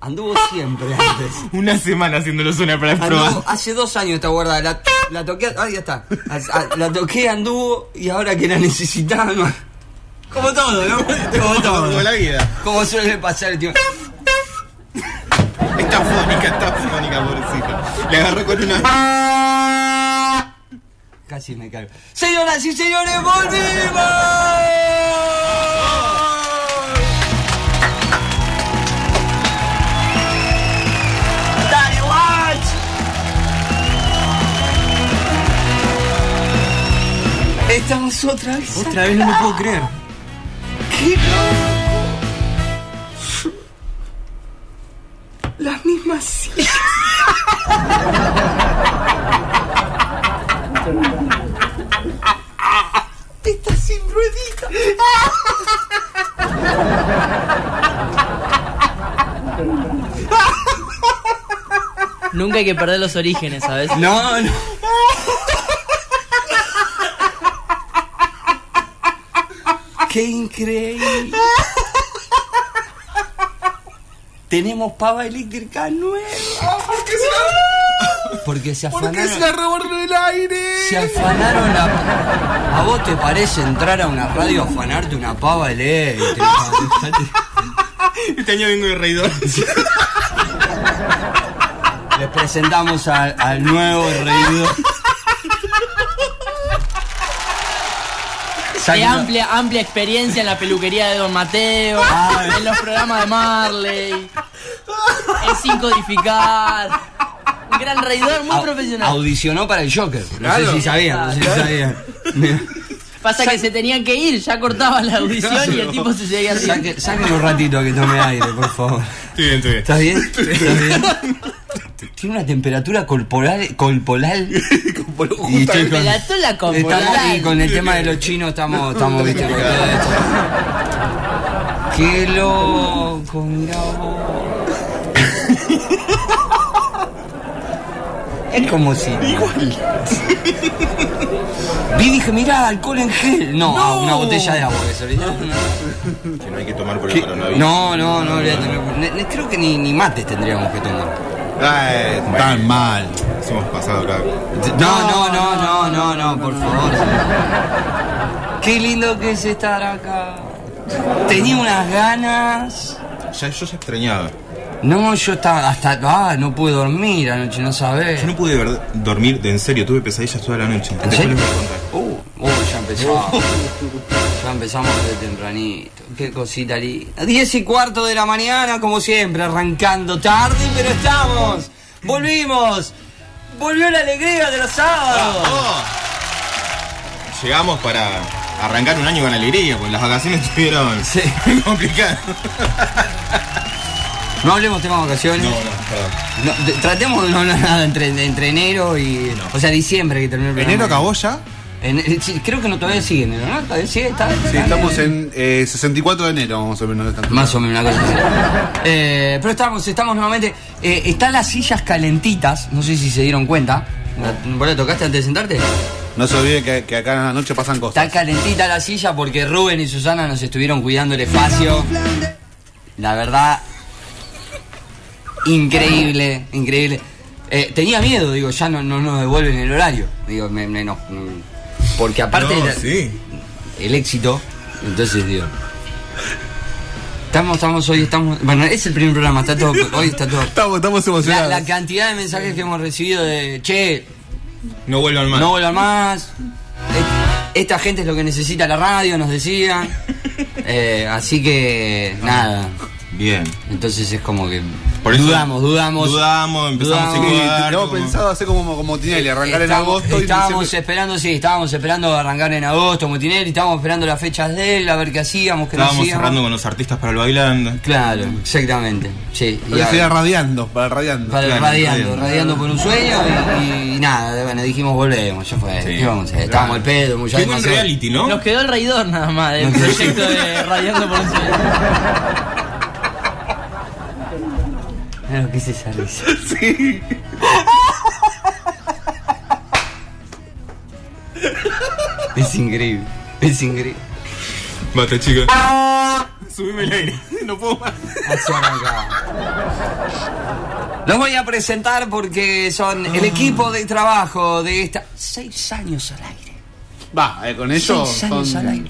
Anduvo siempre antes. Una semana haciéndolo sonar para Anduvo- probar. hace dos años esta guarda. La, la toqué. Ah, ya está. A- a- La toqué, anduvo y ahora que la necesitaba. no. Como todo, ¿no? Como Como la todo. vida. Como suele pasar, tío. Está fónica, está fónica, pobrecito. Le agarró con una. Casi me caigo. Señoras y señores, volvimos. Dale, watch. Estamos otra vez. Otra vez no lo puedo creer. ¡Qué loco! Las mismas sillas. Está sin ruedita. Nunca hay que perder los orígenes, ¿sabes? No, no. ¡Qué increíble! Tenemos pava eléctrica nueva. Ah, Porque se afanaron. reborró el aire? Se afanaron la... ¿A vos te parece entrar a una radio a afanarte una pava eléctrica? Este año vengo de reidor. Les presentamos al- al nuevo reidor. De amplia, amplia experiencia en la peluquería de Don Mateo, Ay. en los programas de Marley, en Sin Codificar. Un gran reidor, muy Au- profesional. Audicionó para el Joker. No sé Claro. si sabían, no sé si sabían. Mira, Pasa que se tenían que ir, ya cortaban la audición y el tipo se seguía riendo. saque- Sáquenlo un ratito que tome aire, por favor. Estoy bien, estoy bien. ¿Estás bien? ¿Estás bien? Tiene una temperatura corporal. corporal y estoy Me la tola con estamos, y Bolal. con el tema de los chinos estamos, estamos viste, con todo esto. Qué loco, mirá vos. Es como si. Vi y dije, mirá, alcohol en gel. No, ah, una botella de agua que se orinó. Que no hay que tomar por el ¿Qué? coronavirus. No, no, no, olvídate, no, ne- ne- Creo que ni, ni mates tendríamos que tomar. Ay, Tan mal. nos Ah, hemos pasado, claro. No, no, no, no, no, no, por favor. Qué lindo que es estar acá. Tenía unas ganas. Ya, yo ya extrañaba. No, yo estaba hasta. Ah, no pude dormir anoche, no sabés. Yo no pude ver- dormir, de en serio, tuve pesadillas toda la noche. ¿En Después serio? les voy a contar. Uh, uh, ya empezamos. ya empezamos de tempranito. Qué cosita linda. Diez y cuarto de la mañana, como siempre, arrancando tarde, pero estamos. Volvimos. Volvió la alegría de los sábados. Ah, oh. Llegamos para arrancar un año con alegría, porque las vacaciones estuvieron Sí. complicadas. No hablemos tema vacaciones. No, no, perdón. No, de- tratemos de no hablar nada entre, entre enero y. O sea, diciembre que terminó el programa. ¿Enero acabó ya? En- eh, sí, creo que no todavía sigue enero, ¿no? Todavía sigue, está. Sí, estamos en eh, 64 de enero, vamos a ver dónde están. Más o menos una cosa así. Eh, pero estamos, estamos nuevamente. eh, están las sillas calentitas, no sé si se dieron cuenta. ¿La- ¿Vos la tocaste antes de sentarte? No se olviden que, que acá en la noche pasan Está cosas. calentita la silla porque Rubén y Susana nos estuvieron cuidando el espacio. La verdad, increíble, increíble. Eh, tenía miedo, digo, ya no, no nos devuelven el horario. Digo, me, me- no, mm, porque aparte No, la- sí. el éxito, entonces digo. Estamos, estamos hoy, estamos. Bueno, es el primer programa, está todo. Hoy está todo. Estamos, estamos La, emocionados. la cantidad de mensajes que hemos recibido de che, No vuelvan más. no vuelvan más. Et- Esta gente es lo que necesita la radio, nos decían. Eh, así que nada. Bien. Entonces es como que Por eso- dudamos, dudamos. Dudamos, empezamos Dudamos. a Sí, dudar. teníamos como- pensado hacer como, como Tinelli, arrancar en Estábamos- agosto y Estábamos diciembre- esperando, sí, estábamos esperando arrancar en agosto, Mutinelli, estábamos esperando las fechas de él, a ver qué hacíamos, qué no Estábamos hacíamos. cerrando con los artistas para el bailando. Claro, exactamente. Sí. y Pero a- sería radiando, para el radiando. para- claro, radiando, radiando. radiando por un sueño y, y nada, bueno, dijimos volvemos, ya fue. Sí. ¿qué vamos a hacer? Estábamos al pedo, muchachos. Qué buen reality, ¿no? Nos quedó el reidor nada más del proyecto de Radiando por un Sueño. Claro, Ah, ¿qué es esa risa? Sí. Es increíble, es increíble. Ah. Basta, chicos. Subime el aire. No puedo más. Así arrancaba. Los voy a presentar porque son el equipo de trabajo de esta. Seis años al aire. Va, eh, con ellos Seis años son- al aire.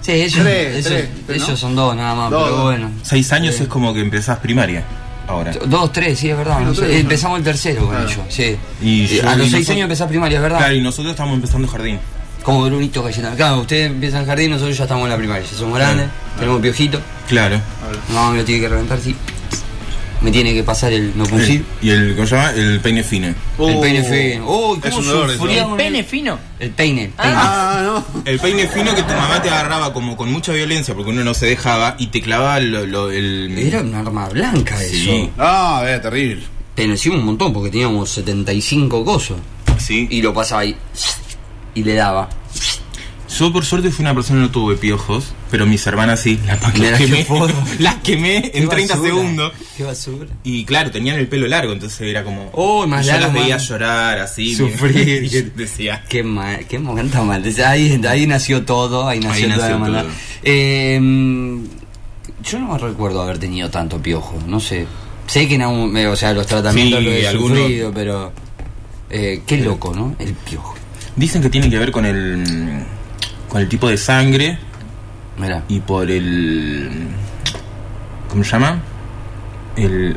Sí, ellos, Tres, ellos- tres, pero ellos no. son dos nada más, Dos, pero dos. bueno. Seis años es como que empezás primaria. Ahora. Dos, tres, sí, es verdad. Bueno, no sé. tres, ¿no? Empezamos el tercero con Claro. ellos, sí. Y Eh, yo- a los seis y nosotros- años empezás primaria, es verdad. Claro, y nosotros estamos empezando jardín. Como Brunito Cayetano. Claro, ustedes empiezan el jardín, nosotros ya estamos en la primaria. Ya somos grandes, tenemos piojito. Claro. No, me lo tiene que reventar, sí. Me tiene que pasar el no El- y el, ¿cómo se llama? El peine fino. El Uh, peine fino. Uy, es cómo un dolor eso. ¿eh? sufría. El pene fino. El peine, el peine. Ah, no. El peine fino que tu mamá te agarraba como con mucha violencia porque uno no se dejaba y te clavaba lo- lo- el. Era un arma blanca Sí. eso. No, era terrible. Te encima un montón porque teníamos 75 gozos. Sí. Y lo pasaba ahí. Y le daba. Yo por suerte fui una persona que no tuve piojos, pero mis hermanas sí, las, las Le das quemé, el forro. las quemé Qué en 30 basura, segundos. Qué basura. Y claro, tenían el pelo largo, entonces era como... Oh, más yo largo, las veía más- llorar así. Sufrir. y yo decía... Qué mal, qué momento mal. Es- Ahí, ahí nació todo, ahí nació, Ahí toda la nació maldad. todo. Eh, yo no me recuerdo haber tenido tanto piojo, no sé. Sé que en algún- eh, o sea, los tratamientos Sí, lo he alguno- sufrido, pero eh, qué loco, ¿no? El piojo. Dicen que tiene que ver con el... Con el tipo de sangre Mirá. y por el... ¿Cómo se llama? El...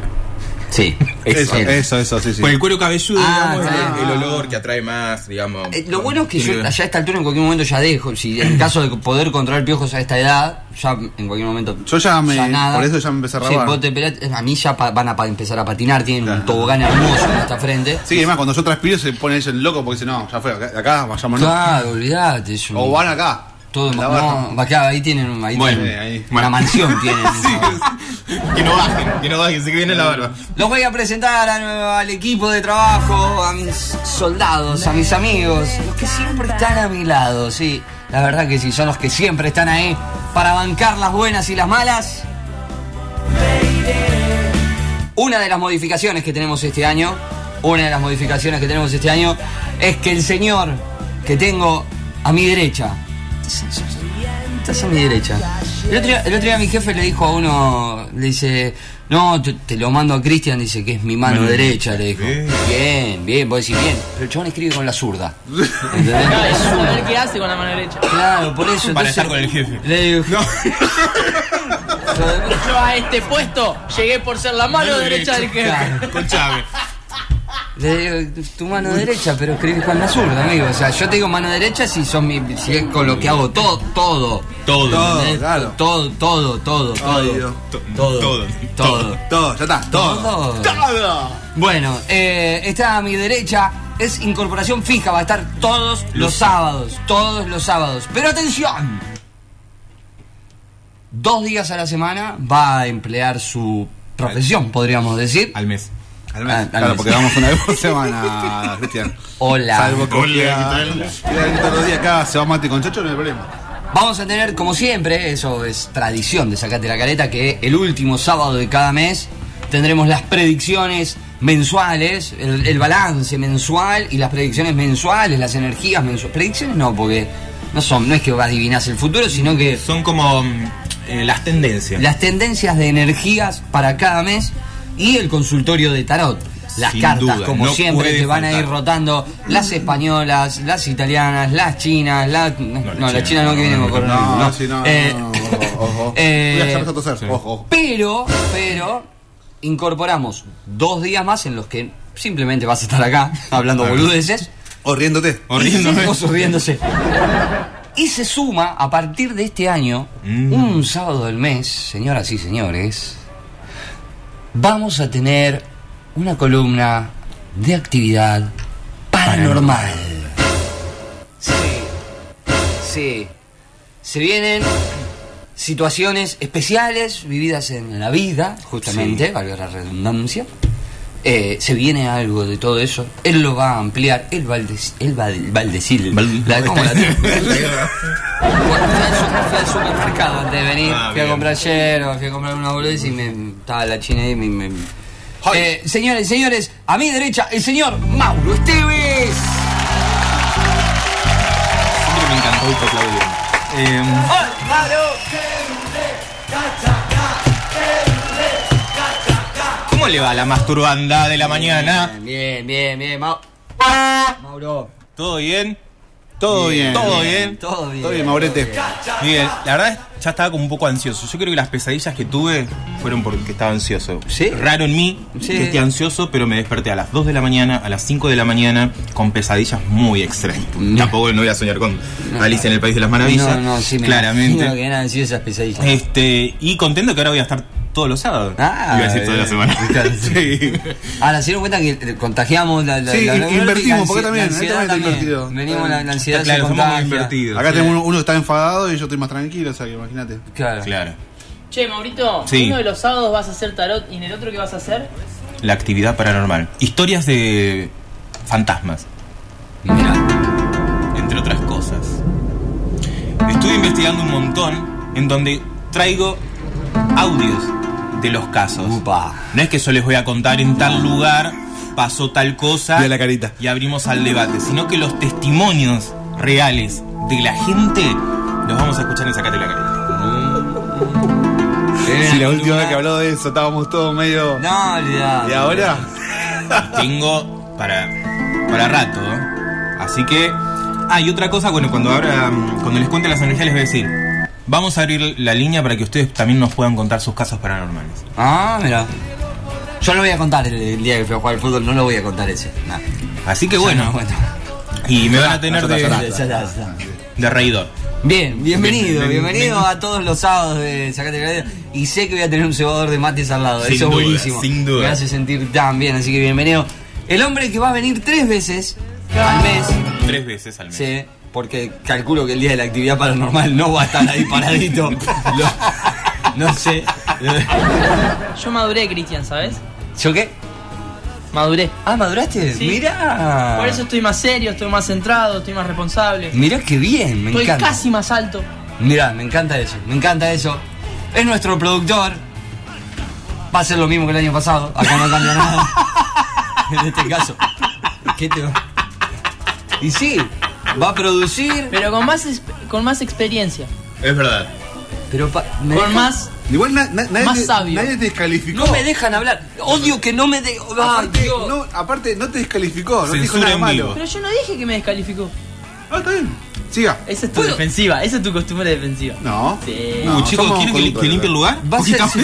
Sí. Eso, Él. eso, eso, sí, sí. Por el cuero cabelludo, Ah, digamos, claro. el, el olor que atrae más, digamos. Eh, lo bueno es que yo Tiene- ya a esta altura en cualquier momento ya dejo. Si en caso de poder controlar piojos a esta edad, ya en cualquier momento. Yo ya me- nada. por eso ya me empecé a Sí, rabar. vos te pelás- a mí ya pa- van a pa- empezar a patinar, tienen un Claro. tobogán hermoso en esta frente. Sí, además, cuando yo transpiro se pone ellos loco porque dice, no, ya fue, acá, de acá vayamos Claro, olvidate. es un- O van acá. Todo La barra. no, va acá, ahí tienen, un- ahí Bueno, tienen ahí. una Bueno. mansión. Tienen, ¿no? Que no bajen, que no bajen, se que viene la barba. Los voy a presentar a- al equipo de trabajo, a mis soldados, a mis amigos, los que siempre están a mi lado, sí. La verdad que sí, son los que siempre están ahí para bancar las buenas y las malas. Una de las modificaciones que tenemos este año, una de las modificaciones que tenemos este año es que el señor que tengo a mi derecha, estás a mi derecha. El otro, día, el otro día mi jefe le dijo a uno, le dice, no, te, te lo mando a Cristian, dice que es mi mano derecha, le dijo. Bien. Bien, bien, vos decís bien. Pero el chabón escribe con la zurda. ¿Entendés? Claro, es saber qué hace con la mano derecha. Claro, por eso. entonces, Para estar con el jefe. Le digo, Yo a este puesto llegué por ser la mano derecha del jefe. Claro. Con Chávez. Le digo, tu mano derecha, pero escribís con la zurda, amigo. O sea, yo te digo mano derecha si son mi, si es con lo que hago todo, todo. Todo. Todo, ¿entendés? claro. Todo, todo, todo, todo. Dios. Todo. Todo. Todo. Todo, ya está, todo. Todo. Bueno, eh, está a mi derecha. Es incorporación fija, va a estar todos los sábados. Todos los sábados. Pero atención. Dos días a la semana va a emplear su profesión, podríamos decir. Al mes. Al mes. Ah, al claro, mes. porque vamos una vez por semana, Cristian. Hola. Salvo que Hola, quiera- ¿qué quiera venir todos los días acá, se va a mate con chacho, no hay problema. Vamos a tener, como siempre, eso es tradición de Sacate la Careta, que el último sábado de cada mes tendremos las predicciones mensuales, el, el balance mensual y las predicciones mensuales, las energías mensuales. Predicciones no, porque no son, no es que adivinás el futuro, sino que Son como mm, eh, las tendencias. las tendencias de energías para cada mes y el consultorio de tarot. Las Sin cartas, duda, como no siempre, puede que van a ir faltar. rotando las españolas, las italianas, las chinas, las... No, las las chinas, chinas no, que vienen con coronavirus, No, no. no, sí, no, Eh, no, no, no, ojo. Voy eh, a echarlos a toser, ojo, ojo. pero, pero, incorporamos dos días más en los que simplemente vas a estar acá hablando boludeces. O riéndote. O riéndome. O riéndose. Y se suma a partir de este año, Mm. un sábado del mes, señoras y señores, vamos a tener una columna de actividad paranormal. Sí, sí. Se vienen situaciones especiales vividas en la vida, justamente, valga la redundancia. Eh, se viene algo de todo eso. Él lo va a ampliar. Él va a des- él va a va a decir. Val- la- ¿Cómo la tengo? Está- Bueno, fui al su- fui al supermercado antes de venir. Ah, fui a bien. comprar hierba, fui a comprar una boludez y me estaba la china ahí y me. me- Ay. Eh, señores y señores, a mi derecha el señor Mauro Esteves. Siempre me encantó Hugo Claudio. Eh, ¿Cómo ¿Cómo le va a la masturbanda de la mañana? Bien, bien, bien, Mau- Mauro. ¿Todo bien? Todo bien. ¿Todo bien? Todo bien. Todo bien, Maurete. Bien, la verdad ya estaba como un poco ansioso. Yo creo que las pesadillas que tuve fueron porque estaba ansioso. Sí. Raro en mí Sí. que esté ansioso, pero me desperté a las 2 de la mañana, a las 5 de la mañana, con pesadillas muy extrañas. No. Tampoco no voy a soñar con Alicia en el País de las Maravillas. No, no, sí, me claramente. imagino que eran ansiosas pesadillas. Este, y contento que ahora voy a estar todos los sábados. Ah, Iba a decir toda la eh, semana. claro, Sí. Ahora se dieron cuenta que contagiamos la, la, Sí, la- la- invertimos, porque ansi- también, la ansiedad también está invertido. Venimos la, la ansiedad Está claro, se somos muy contagia. invertidos. Acá Sí. tengo uno, uno que está enfadado y yo estoy más tranquilo, o sea que imagínate. Claro. Claro. Che, Maurito, Sí. uno de los sábados vas a hacer tarot y en el otro ¿qué vas a hacer? La actividad paranormal. Historias de fantasmas. Mirá. entre otras cosas. Estuve investigando un montón en donde traigo audios de los casos. Upa. No es que yo les voy a contar en tal lugar pasó tal cosa De la carita. y abrimos al debate, sino que los testimonios reales de la gente los vamos a escuchar en Sacate la Carita. Si la última vez que habló de eso estábamos todos medio. No, olvidá. ¿Y ahora? Y tengo para, para rato, ¿eh? así que... Ah, y otra cosa, bueno, cuando abra, mm, cuando les cuente las energías les voy a decir, vamos a abrir la línea para que ustedes también nos puedan contar sus casos paranormales. Ah, mira. Yo no voy a contar el, el día que fui a jugar al fútbol, no lo voy a contar ese. Nah. Así que Ya bueno, no cuento. y me van a tener nosotros Ya de, está, ya está. de reidor. Bien, bienvenido, Bien, bien, bienvenido bien. a todos los sábados de Sacate la Cadena. Y sé que voy a tener un cebador de mates al lado, Sin eso es duda, buenísimo. sin duda. Me hace sentir tan bien, así que bienvenido. El hombre que va a venir tres veces al mes, Tres veces al mes. sí, porque calculo que el día de la actividad paranormal no va a estar ahí paradito. Lo- no sé. Yo maduré, Cristian, ¿sabes? ¿Yo qué? Maduré. Ah, maduraste. Sí. Mirá. Por eso estoy más serio, estoy más centrado, estoy más responsable. Mirá qué bien, me estoy encanta. casi más alto. Mirá, me encanta eso, me encanta eso. Es nuestro productor. Va a ser lo mismo que el año pasado. Acá no cambia nada. en este caso. ¿Qué te va? Y sí, va a producir. Pero con más, exp- con más experiencia. Es verdad. Pero pa- me Con dejan- más. Igual na- na- nadie, Más te, sabio. nadie te descalificó. No me dejan hablar. Odio que no me de. Ay, Aparte, Dios. no, aparte, no te descalificó, no te dijo Censura nada en malo. vivo. Pero yo no dije que me descalificó. Ah, está bien. Siga. Esa es tu Bueno. defensiva, esa es tu costumbre defensiva. Eh, No. Sí. No, uh, chicos, somos ¿quieren que, li- que conductores. limpie el lugar? Va a ser, Poquito.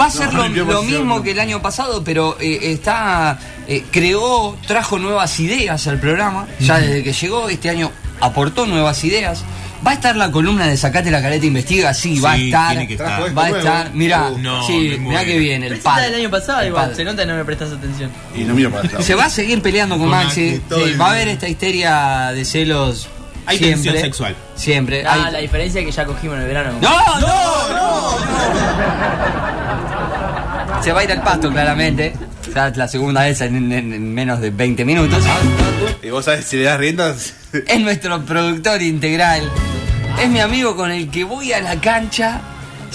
va a ser lo- lo, limpiamos el mismo horno. que el año pasado, pero eh, está eh, creó, trajo nuevas ideas al programa. Ya desde que llegó este año aportó nuevas ideas. Va a estar la columna de Sacate la careta investiga, sí, va a Sí, estar. tiene que estar. Trajo esto Va a nuevo. estar, mirá, Uh, no, sí, me mirá muero. que bien, el Pero esa es la padre. del año pasado, el igual. padre. Se nota que no me prestas atención. Y no miro para allá. Se va a seguir peleando con, Con Maxi. Maxi, todo sí, el va a día. haber esta histeria de celos. Hay siempre, tensión sexual. Siempre. Ah, hay- la diferencia es que ya cogimos en el verano. ¡No, no, no! Se va a ir al pasto, claramente. Ya es la segunda vez en, en- en menos de 20 minutos. Y vos sabés si le das riendas. Es nuestro productor integral. Es mi amigo con el que voy a la cancha.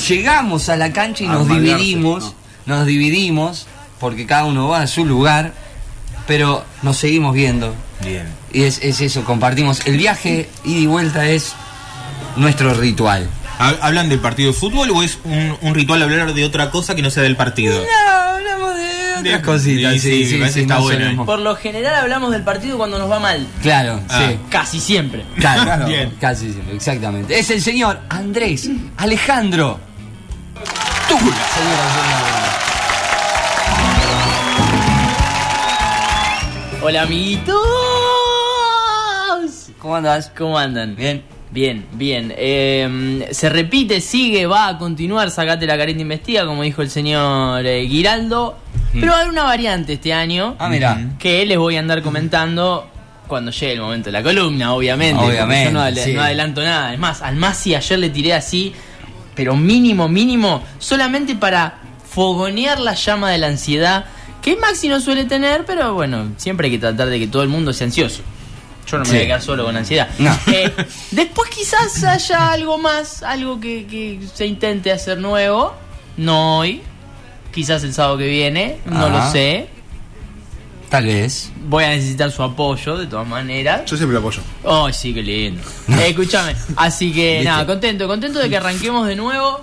Llegamos a la cancha y A nos mandarse, dividimos. Nos dividimos porque cada uno va a su lugar. Pero nos seguimos viendo. Bien. Y es, es eso, compartimos. El viaje ida y vuelta es nuestro ritual. Ha- ¿Hablan del partido de fútbol o es un, un ritual hablar de otra cosa que no sea del partido? No, hablamos de otras De- cositas. sí, Sí, sí, sí, me parece sí, que está no bueno, solemos. Por lo general hablamos del partido cuando nos va mal. Claro, Ah. sí. Casi siempre. Claro, claro, Bien. casi siempre, exactamente. Es el señor Andrés Alejandro Tula, señoras y señores. Hola, amiguitos. ¿Cómo andas? ¿Cómo andan? Bien. Bien, bien. Eh, se repite, sigue, va a continuar. Sacate la careta investiga, como dijo el señor eh, Giraldo. Pero hay una variante este año Mm. Ah, mira. que les voy a andar comentando cuando llegue el momento de la columna, obviamente. porque Obviamente, Yo no, adel- sí. no adelanto nada. Es más, al Masi ayer le tiré así, pero mínimo, mínimo, solamente para fogonear la llama de la ansiedad que Maxi no suele tener, pero bueno, siempre hay que tratar de que todo el mundo sea ansioso. Yo no me Sí. voy a quedar solo con ansiedad. No. Eh, después quizás haya algo más, algo que, que se intente hacer nuevo. No hoy, quizás el sábado que viene, no Ajá. lo sé. Tal vez. Voy a necesitar su apoyo, de todas maneras. Yo siempre lo apoyo. Oh, sí, qué lindo. Eh, escúchame. Así que ¿Viste? nada, contento, contento de que arranquemos de nuevo.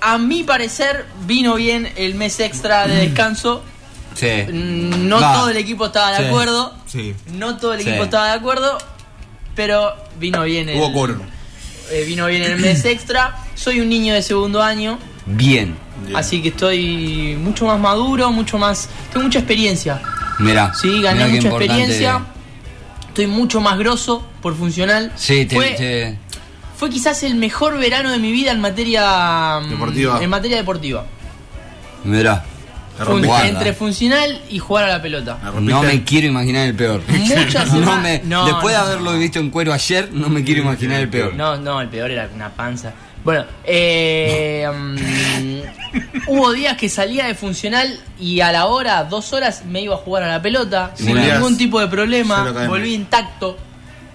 a mi parecer, vino bien el mes extra de descanso. Mm, Sí. No Va. todo el equipo estaba de Sí. acuerdo. Sí. No todo el Sí. equipo estaba de acuerdo. Pero vino bien el, Hubo quórum. eh, vino bien el mes extra. Soy un niño de segundo año. Bien. Bien. Así que estoy mucho más maduro, mucho más. Tengo mucha experiencia. Mirá. Sí, gané mirá qué mucha importante. experiencia. Estoy mucho más grosso por funcional. Sí, te, fue, te- fue quizás el mejor verano de mi vida en materia mm, Deportiva. En materia deportiva. Mirá. La Fun- rompiste. Guarda. entre funcional y jugar a la pelota. La rompiste. No me quiero imaginar el peor. Muchas Ah, No me- no, después de no. haberlo visto en cuero ayer, no me quiero imaginar el peor. No, no, el peor era una panza. Bueno, eh, mm, hubo días que salía de funcional y a la hora, dos horas, me iba a jugar a la pelota sin Volvías ningún tipo de problema. cero KM. Volví intacto,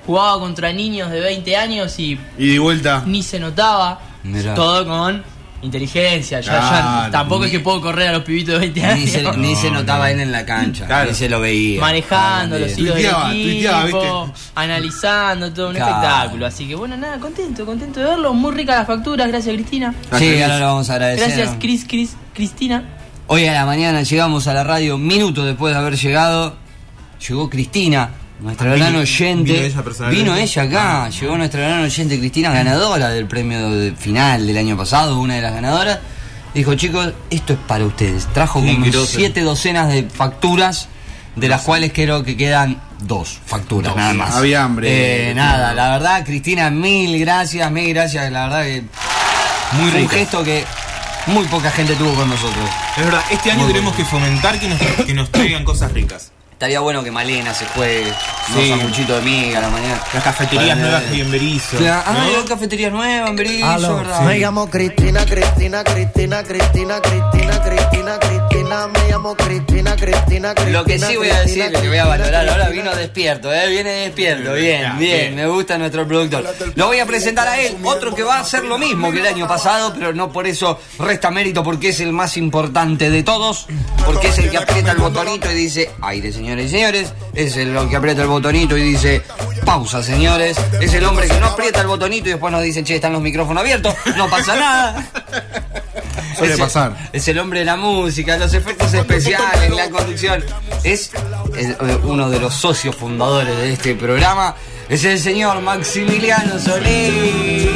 jugaba contra niños de 20 años y Y de vuelta. ni se notaba. Mirá. Todo con inteligencia. Ya, ya, Claro, tampoco es ni- que puedo correr a los pibitos de 20 Ni años. se, ni se notaba él en la cancha, Claro. ni se lo veía. manejando los hilos del Tuiteaba, tuiteaba, equipo, ¿viste? analizando todo un Claro. espectáculo. Así que bueno, nada, contento, contento de verlo. Muy ricas las facturas, gracias Cristina. Sí, ahora lo vamos a agradecer. Gracias Cris, Cris, Cristina. Hoy a la mañana llegamos a la radio, minutos después de haber llegado, llegó Cristina, nuestra gran oyente. Ah, vino ella personalmente. Ah. Vino ella acá, llegó nuestra gran oyente Cristina, ganadora del premio de- final del año pasado, una de las ganadoras. Dijo, chicos, esto es para ustedes. Trajo Qué como grosa. siete docenas de facturas, de las cuales creo que quedan dos facturas nada más. Había hambre. Eh, nada, la verdad, Cristina, mil gracias, mil gracias. La verdad que Muy fue un rica. gesto que muy poca gente tuvo con nosotros. Es verdad, este año Muy tenemos que fomentar que nos, que nos traigan cosas ricas. Estaría bueno que Malena se juegue. Sí. Unos sanguchitos de miga a la mañana. Las cafeterías Para- nuevas y en Berizo. Claro. Ah, ¿no? Ah, hay cafeterías nuevas en Berizo, Aló. ¿verdad? Me llamo Cristina, Cristina, Cristina, Cristina, Cristina, Cristina, Cristina. Me llamo Cristina, Cristina, Cristina. Lo que sí voy a Cristina, decir, que voy a Cristina, valorar ahora, Cristina. vino despierto, ¿eh? viene despierto, Ya, bien, bien, bien. me gusta nuestro productor. Lo voy a presentar a él, otro que va a hacer lo mismo que el año pasado, pero no por eso resta mérito, porque es el más importante de todos, porque es el que aprieta el botonito y dice, aire señores y señores, es el que aprieta el botonito y dice, pausa señores, es el hombre que no aprieta el botonito y después nos dice, che, están los micrófonos abiertos, no pasa nada. Suele Es el- pasar. Es el hombre de la música, los efectos especiales, la conducción. Es el- eh, uno de los socios fundadores de este programa. Es el señor Maximiliano Solís.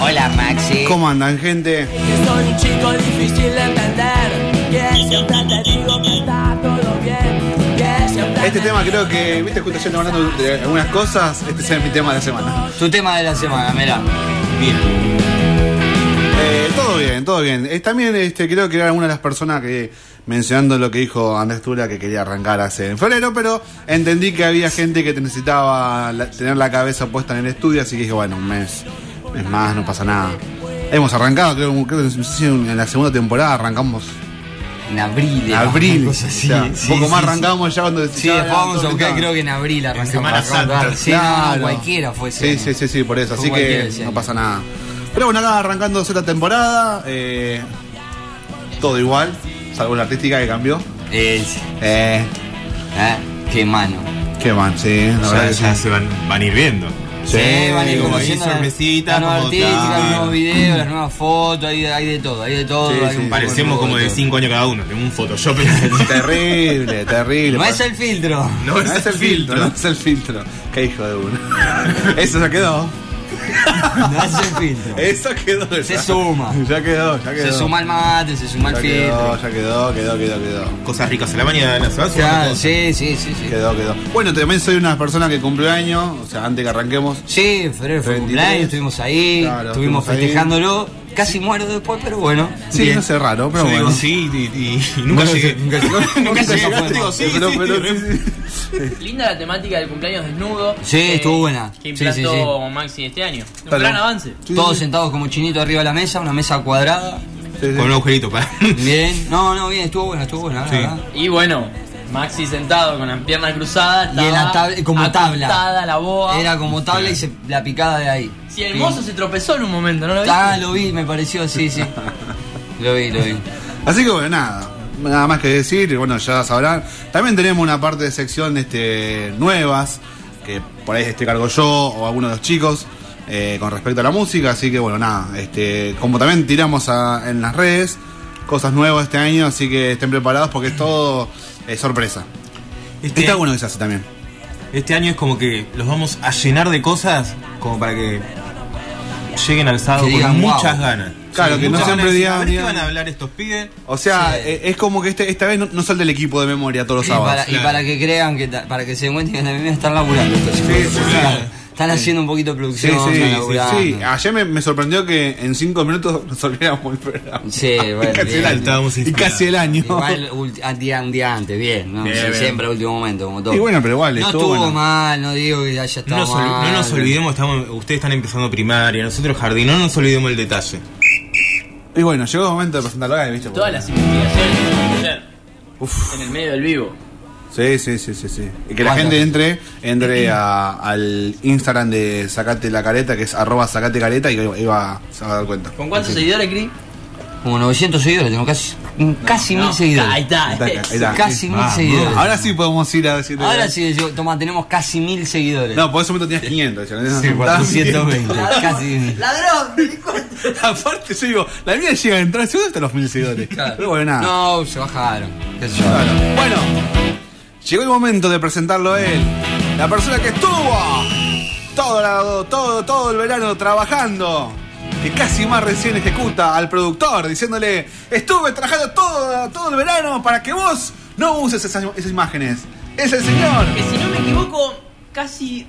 Hola Maxi. ¿Cómo andan, gente? Que soy un chico difícil de entender Que siempre te digo que está todo bien Que siempre Este te tema creo que, viste, justo ayer hablando de algunas cosas, este es mi tema de la semana. Tu tema de la semana, mirá. Bien. Eh, todo bien, todo bien. Eh, también este, creo que era una de las personas que, mencionando lo que dijo Andrés Tula, que quería arrancar hace en febrero, pero entendí que había gente que te necesitaba la- tener la cabeza puesta en el estudio, así que dije, bueno, un mes, un mes más, no pasa nada. Hemos arrancado, creo, creo que no sé si en la segunda temporada arrancamos En abril. en era una abril. cosa así, o sea, un sí, poco sí, más sí. arrancamos ya cuando Sí, ya después vamos a todo buscar, pintado. creo que en abril arrancamos. Semana arrancamos Santa. tarde. Sí, no, no, Claro. cualquiera fue ese Sí, año. sí, sí, sí, por eso. Fue Así cualquiera que ese no año. pasa nada. Pero bueno, acá arrancándose la temporada. eh, todo igual, salvo la artística que cambió. Es- Eh, ¿eh? Qué mano. qué man, sí, la verdad Ya, que sí. ya se van, van a ir viendo. Sí, van a ir como conociendo ahí la- sorpresitas, la nueva como artística, tal. los nuevos videos, las nuevas fotos, hay, hay de todo, hay de todo. Sí, hay sí. un poco Parecemos todo, como de todo. 5 años cada uno. Tengo un Photoshop. Terrible, terrible. No es el filtro. no No es el filtro, no es el filtro. Qué hijo de uno. Eso ya quedó. No es el filtro. Eso quedó. ya. Se suma. Ya quedó, ya quedó. Se suma el mate, se suma el Ya quedó, filtro. ya quedó, quedó, quedó, quedó. Cosas ricas a la mañana. Se van sumando Claro, cosas. sí, sí, sí. sí. Quedó, quedó. Bueno, también soy una persona que cumplió año, o sea, antes que arranquemos. Sí, febrero fue 23. cumpleaños, estuvimos ahí, Claro, estuvimos estuvimos ahí. festejándolo. Casi muero después, pero bueno. Sí, Bien. no sé, raro, pero Yo digo bueno. sí y, y- y nunca Bueno, llegué. sí, nunca llegó. Nunca Nunca llegué. llegó. Digo, sí, Pero- sí, pero- re- Linda la temática del cumpleaños desnudo. eh, Sí, estuvo buena. Sí, Que sí, implantó sí. Maxi este año. Un Claro. gran avance. Sí, Todos sí. sentados como chinitos arriba de la mesa, una mesa cuadrada. Sí, Este sí. Con un agujerito para. Bien, no, no, bien, estuvo buena, estuvo buena, la Sí. verdad. Y bueno, Maxi sentado con las piernas cruzadas. Y en la estaba tabla- como tabla. acostada la boa. Era como tabla y se, la picada de ahí. Si el mozo se tropezó en un momento, ¿no lo viste? Ah, lo vi, me pareció, sí, sí. Lo vi, lo vi. Así que bueno, nada. nada más que decir, y bueno, ya sabrán. También tenemos una parte de sección este, nuevas, que por ahí este cargo yo o alguno de los chicos. eh, con respecto a la música, así que bueno, nada, este, como también tiramos a- en las redes, cosas nuevas este año, así que estén preparados porque es todo eh, sorpresa. Este, Está bueno que se hace también. este año es como que los vamos a llenar de cosas como para que lleguen al sábado Que con digan, muchas wow. ganas. Claro, que no muchas ganas de decir, siempre digan- "A ver ¿Qué digan- van a hablar estos pibes? O sea, eh, es como que este, esta vez no, no salta el equipo de memoria todos los Y sábados. para, y claro. para que crean que ta- para que se den cuenta que también están laburando estos chicos. Sí, sí, Claro. sí. Están haciendo un poquito de Sí, producción, sí, están sí, laburando. sí. ah, Ayer me, me sorprendió que en cinco minutos resolvíamos el programa. Sí, bueno, casi bien. el año. Estábamos y inspirados. casi el año. Igual ulti- a día, un día antes, bien, ¿no? Bien, Sí, bien. Siempre a último momento, como todo. Y bueno, pero igual, no estuvo estuvo bueno. mal, no digo que haya estado No, nos ol- no mal. nos olvidemos, estamos, ustedes están empezando primaria, nosotros jardín, no nos olvidemos el detalle. Y bueno, llegó el momento de presentarlo acá, ¿viste? Todas las investigaciones que tienen que hacer en el medio del vivo. Sí, sí, sí, sí, sí. Y que la ¿Cuántas? gente entre, entre a- al Instagram de Sacate la Careta, que es arroba Sacate Careta, y ahí va, se va a dar cuenta. ¿Con cuántos seguidores, Cris? Como 900 seguidores, tengo casi, casi No, mil seguidores. Ahí está. Ahí está, ahí está. Casi mil Vamos. seguidores. Ahora sí podemos ir a decir. Ahora sí, yo, toma, tenemos casi mil seguidores. No, por ese momento tenías 500. ya, ¿no? Sí, 420. casi. ¡Ladrón! Aparte, yo digo, la mía llega a entrar, seguro hasta los mil seguidores. Pero bueno, nada. No, se bajaron. Qué sé yo. Claro. Bueno, llegó el momento de presentarlo a él. La persona que estuvo todo, la- todo, todo el verano trabajando. Que casi más recién ejecuta al productor diciéndole, estuve trabajando todo, todo el verano para que vos no uses esas, esas imágenes. Es el señor. Que si no me equivoco, casi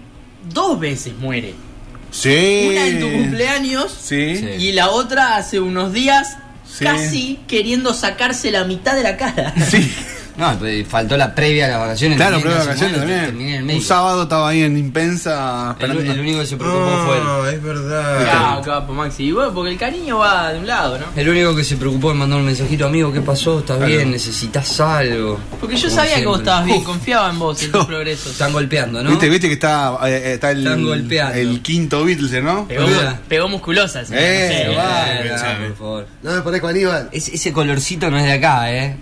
dos veces muere. Sí. Una en tu cumpleaños Sí. Sí. y la otra hace unos días Sí. casi queriendo sacarse la mitad de la cara. Sí. No, pero faltó la previa a las vacaciones. Claro, también, prueba no de se vacaciones muere, también. terminé en el Un medio. sábado estaba ahí en Impensa El, esperando. el único que se preocupó fue él. Ah. es verdad. Capo, capo, Maxi. Y bueno, porque el cariño va de un lado, ¿no? El único que se preocupó en mandar un mensajito, amigo, ¿qué pasó? ¿Estás bien? ¿Necesitas algo? Porque yo Como sabía que vos siempre. estabas bien, confiaba en vos, en tus progresos. Están golpeando, ¿no? ¿Viste, viste que está, eh, eh, está el, Están golpeando. Eh. el quinto Beatles, ¿no? Pegó, Olvida. pegó musculosa, sí, Eh, no sé. va. Ah, Pensame. por favor. No me parezco a Aníbal. Es- ese colorcito no es de acá, ¿eh?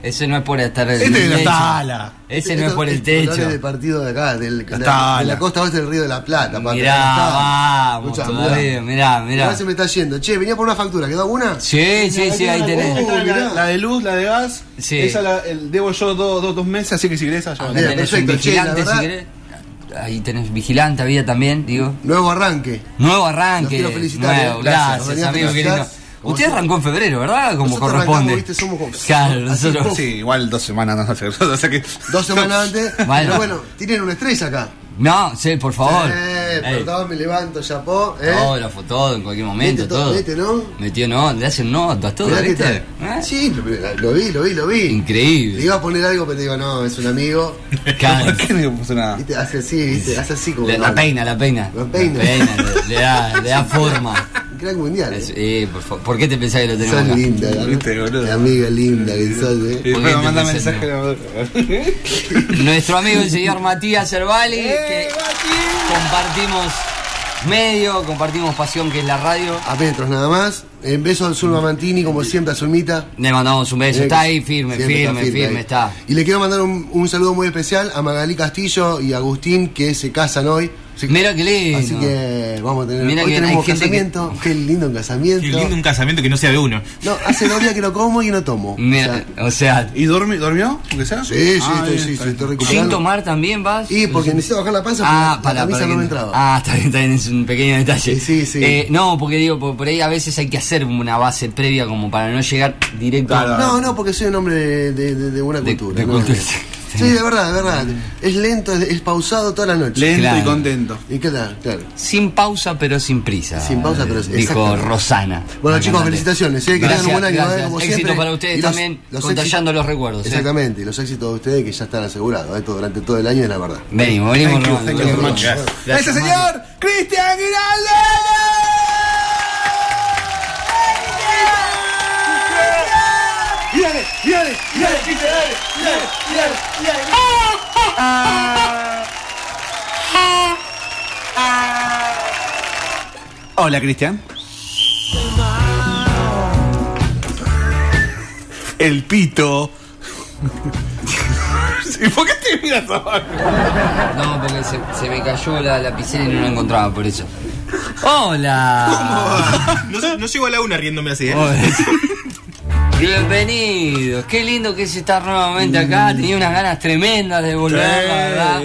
Ese no es por estar en Este el es la techo. tala. Este Ese no es por el Esto- esto techo. habla del partido de acá, del, de, la, tala. de la costa oeste del Río de la Plata. papá. Mirá, Acá está. vamos, Escuchá, todavía, mirá, mirá. Ahora se me está yendo. Che, venía por una factura, ¿quedó alguna? Sí, sí, sí, ahí tenés. Oh, mirá. Ah, la, la de luz, la de gas. Sí. Esa la el- debo yo dos, dos, dos meses, así que si querés, allá. Ah, Ahí mira, tenés un perfecto, che, la vigilante, si verdad- querés. Ahí tenés vigilante, había también, digo. Nuevo arranque. Nuevo Los arranque. quiero felicitar, nuevo, eh. gracias, Gracias, los venía a amigo felicitar. querido. Como Usted siempre. arrancó en febrero, ¿verdad? Como Nosotros corresponde. arrancamos, viste, somos como- Claro, así, nosotros. pum. Sí, igual dos semanas no hace. O sea que. Dos semanas antes. Bueno. Pero bueno, tienen una estrella acá. No, sí, por favor. Eh, Ey, perdón, me levanto, chapó. Eh. Fotógrafo, todo, en cualquier momento, Mete todo, todo. mete, ¿no? Metió no, le hacen notas, todo, Mirá qué ¿viste? tal. ¿Eh? Sí, lo, lo vi, lo vi, lo vi. Le Increíble. iba a poner algo, pero digo, no, es un amigo. Claro. ¿Por qué no puso nada? Viste, hace así, viste, hace así como. Le- no, la peina, la peina. La peina. le, le da, le da forma. un Crack mundial. Es- Eh. eh, por, favor, ¿Por qué te pensás que lo tenemos Sos acá? linda, la, Viste, boludo. la amiga linda que sos, eh. Y ¿Por qué bueno, te manda pensás mensaje. Nuestro amigo el señor Matías Eh, Cervali, que compartimos medio, compartimos pasión que es la radio. A metros nada más. En beso al Zulma Mantini, como siempre, a Zulmita. Le mandamos un beso, está ahí firme, Eh, Siempre está firme, firme, ahí. está. Y le quiero mandar un, un saludo muy especial a Magalí Castillo y a Agustín que se casan hoy. Así que- Mira qué lindo. Así que vamos a tener. Mira hoy que hay tenemos gente casamiento. Qué lindo un casamiento. Qué lindo un casamiento que no sea de uno. No, hace dos días que no como y no tomo. O Mira, sea, o sea, ¿Y dormi- dormió? ¿Aunque sea? sí, sí, Ah, bien, estoy, sí, está sí, bien. estoy sin recuperando. tomar también vas. Y porque necesito bajar la panza Ah, porque para, la camisa para que no me no- entraba. Ah, está bien, está bien, es un pequeño detalle. Sí, sí, sí. Eh, no, porque digo, por, por ahí a veces hay que hacer una base previa como para no llegar directo Claro. a... No, no, porque soy un hombre de, de- de- de una De- cultura. de ¿no? cultura. Sí, de verdad, de verdad. Es lento, es, es pausado toda la noche. Lento Claro. y contento. ¿Y qué tal? Claro. Sin pausa, pero sin prisa. Sin pausa, pero- Dijo exactamente. Rosana. Bueno la chicos, cantante. felicitaciones, ¿eh? que Gracias, tengan un buen año, gracias. ¿eh? como Éxito siempre. para ustedes Y los- también, los contallando éxitos- los recuerdos, ¿eh? Exactamente, y los éxitos de ustedes que ya están asegurados, ¿eh? Todo- durante todo el año es la verdad. Venimos, venimos. Thank you, Rolando, thank you venimos, very much. Rolando. ¡Ese señor! ¡Cristian Giraldo! Hola Cristian. el pito. ¿Y por qué te miras abajo? No, porque se, se me cayó la lapicera y no la encontraba, por eso. ¡Hola! No, no llego a la una riéndome así, ¿eh? Bienvenidos, qué lindo que es estar nuevamente Mm. acá. Tenía unas ganas tremendas de volver, la verdad.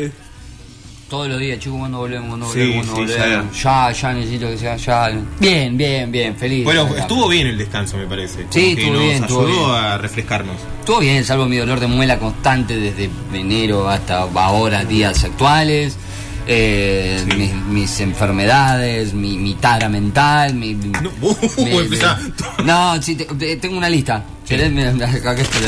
Todos los días, chicos, cuando volvemos, cuando Sí, volvemos, cuando sí, volvemos. Ya, ya necesito que sea ya. Bien, bien, bien, feliz. Bueno, Acá. estuvo bien el descanso, me parece. Sí, Como que estuvo nos bien, estuvo ayudó bien. a refrescarnos. Todo bien, salvo mi dolor de muela constante desde enero hasta ahora, días actuales. Eh, mis, mis enfermedades, mi, mi tara mental, mi. mi- No, uh, empezá. no, sí, te- te- tengo una lista. ¿Querés? Mira, mira, acá que estoy.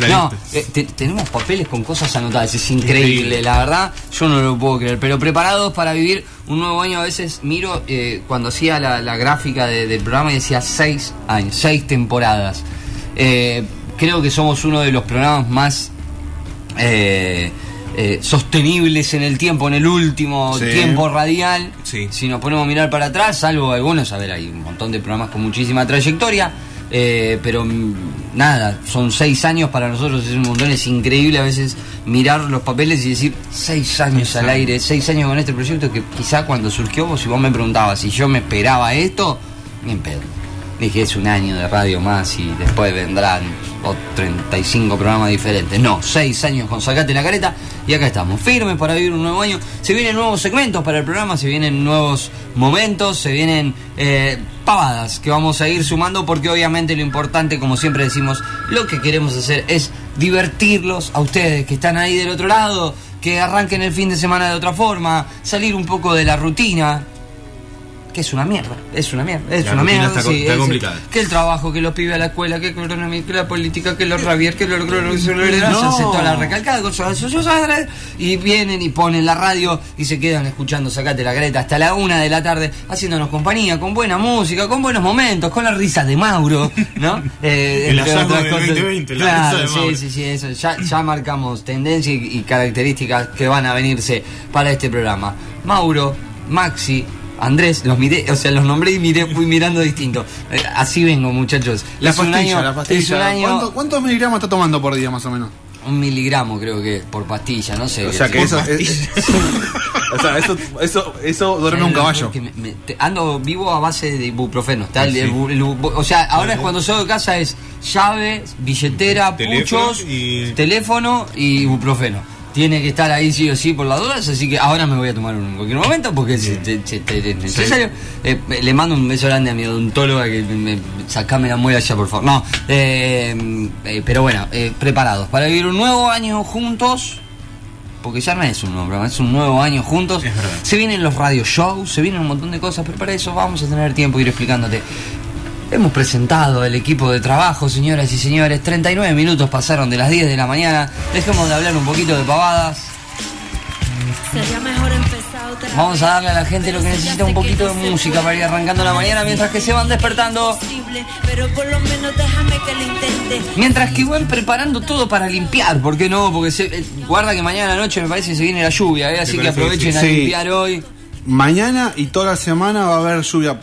La No, lista. eh, te- tenemos papeles con cosas anotadas, es increíble, Increíble. la verdad, yo no lo puedo creer. Pero preparados para vivir un nuevo año, a veces miro eh, cuando hacía la, la gráfica de- del programa y decía seis años, seis temporadas. Eh, creo que somos uno de los programas más eh, eh, sostenibles en el tiempo, en el último Sí. tiempo radial. Sí. Si nos ponemos a mirar para atrás, salvo algunos, a ver, hay un montón de programas con muchísima trayectoria. eh, pero mm, nada, son seis años para nosotros, es un montón, es increíble a veces mirar los papeles y decir seis años al aire, seis años con este proyecto que quizá cuando surgió vos, si vos me preguntabas si yo me esperaba esto, ni en pedo. Dije, es un año de radio más y después vendrán o- 35 programas diferentes. No, seis años con Sacate la Careta y acá estamos, firmes para vivir un nuevo año. Se vienen nuevos segmentos para el programa, se vienen nuevos momentos, se vienen eh, pavadas que vamos a ir sumando porque obviamente lo importante, como siempre decimos, lo que queremos hacer es divertirlos a ustedes que están ahí del otro lado, que arranquen el fin de semana de otra forma, salir un poco de la rutina, que es una mierda, es una mierda, es La una rutina mierda. está co- sí, está es- complicada. Que el trabajo, que los pibes a la escuela, que economía, que la política, que los rabier, que los lo, lo- se lo- se hace toda la recalcada, con sus- sus- sus- y vienen y ponen la radio y se quedan escuchando Sacate la Greta hasta la una de la tarde, haciéndonos compañía, con buena música, con buenos momentos, con las risas de Mauro, ¿no? Eh, El entre hallazgo otras del cosas. 2020, la Claro, risa de sí, Mauro. sí, sí, eso. Ya, ya marcamos tendencia y, y características que van a venirse para este programa. Mauro, Maxi, Andrés, los miré, o sea, los nombré y miré, fui mirando distinto. Eh, Así vengo, muchachos. La Es un pastilla, año- la Es un pastilla. año, ¿Cuánto- ¿Cuántos miligramos está tomando por día más o menos? un miligramo creo que es, por pastilla, no sé. O sea que Por eso pastilla. es, O sea, eso, eso, eso duerme un Ay, no, caballo. porque me- me- te- ando vivo a base de ibuprofeno. Está el- el bu- el bu- o sea, ahora es cuando salgo de casa es llave, billetera, Teléfono puchos, y- teléfono y ibuprofeno. Tiene que estar ahí sí o sí por las dudas, así que ahora me voy a tomar uno en cualquier momento porque si te- te- te- es necesario. Eh, le mando un beso grande a mi odontóloga que me, me- sacame la muela ya, por favor. No, eh, eh, pero bueno, eh, preparados para vivir un nuevo año juntos porque ya no es un nuevo programa, es un nuevo año juntos. Es verdad. Se vienen los radio shows, se vienen un montón de cosas, pero para eso vamos a tener tiempo de ir explicándote. Hemos presentado el equipo de trabajo, señoras y señores. 39 minutos pasaron de las 10 de la mañana. Dejemos de hablar un poquito de pavadas. Sería mejor empezar otra Vamos a darle a la gente lo que necesita un poquito de música para ir arrancando la mañana mientras que se van despertando. posible, pero por lo menos déjame que lo intente. Mientras que van preparando todo para limpiar, ¿por qué no? Porque se, eh, guarda que mañana a la noche me parece que se viene la lluvia, ¿eh? así que parece que aprovechen sí. a Sí. limpiar hoy. Mañana y toda la semana va a haber lluvia.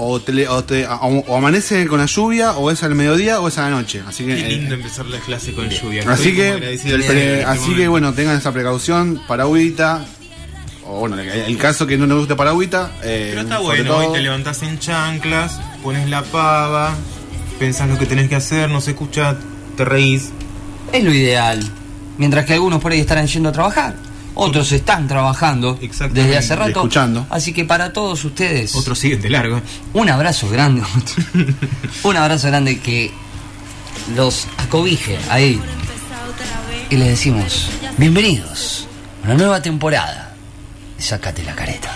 O, te le- o te- o- o amanece con la lluvia, o es al mediodía, o es a la noche. Así que. Qué eh, lindo empezar la clase con lluvia. Así Estoy que, como agradecido al eh, cielo en este así que momento. bueno, tengan esa precaución, paragüita, o bueno, el- el caso que no nos guste paragüita, eh, Pero está sobre bueno, todo- hoy te levantás en chanclas, pones la pava, pensás lo que tenés que hacer, no se escucha, te reís. Es lo ideal. Mientras que algunos por ahí estarán yendo a trabajar. Otros están trabajando Exactamente, desde hace rato. escuchando. Así que para todos ustedes, Otro siguiente largo. un abrazo grande. un abrazo grande que los acobije ahí. Y les decimos, bienvenidos a una nueva temporada. Sácate la careta.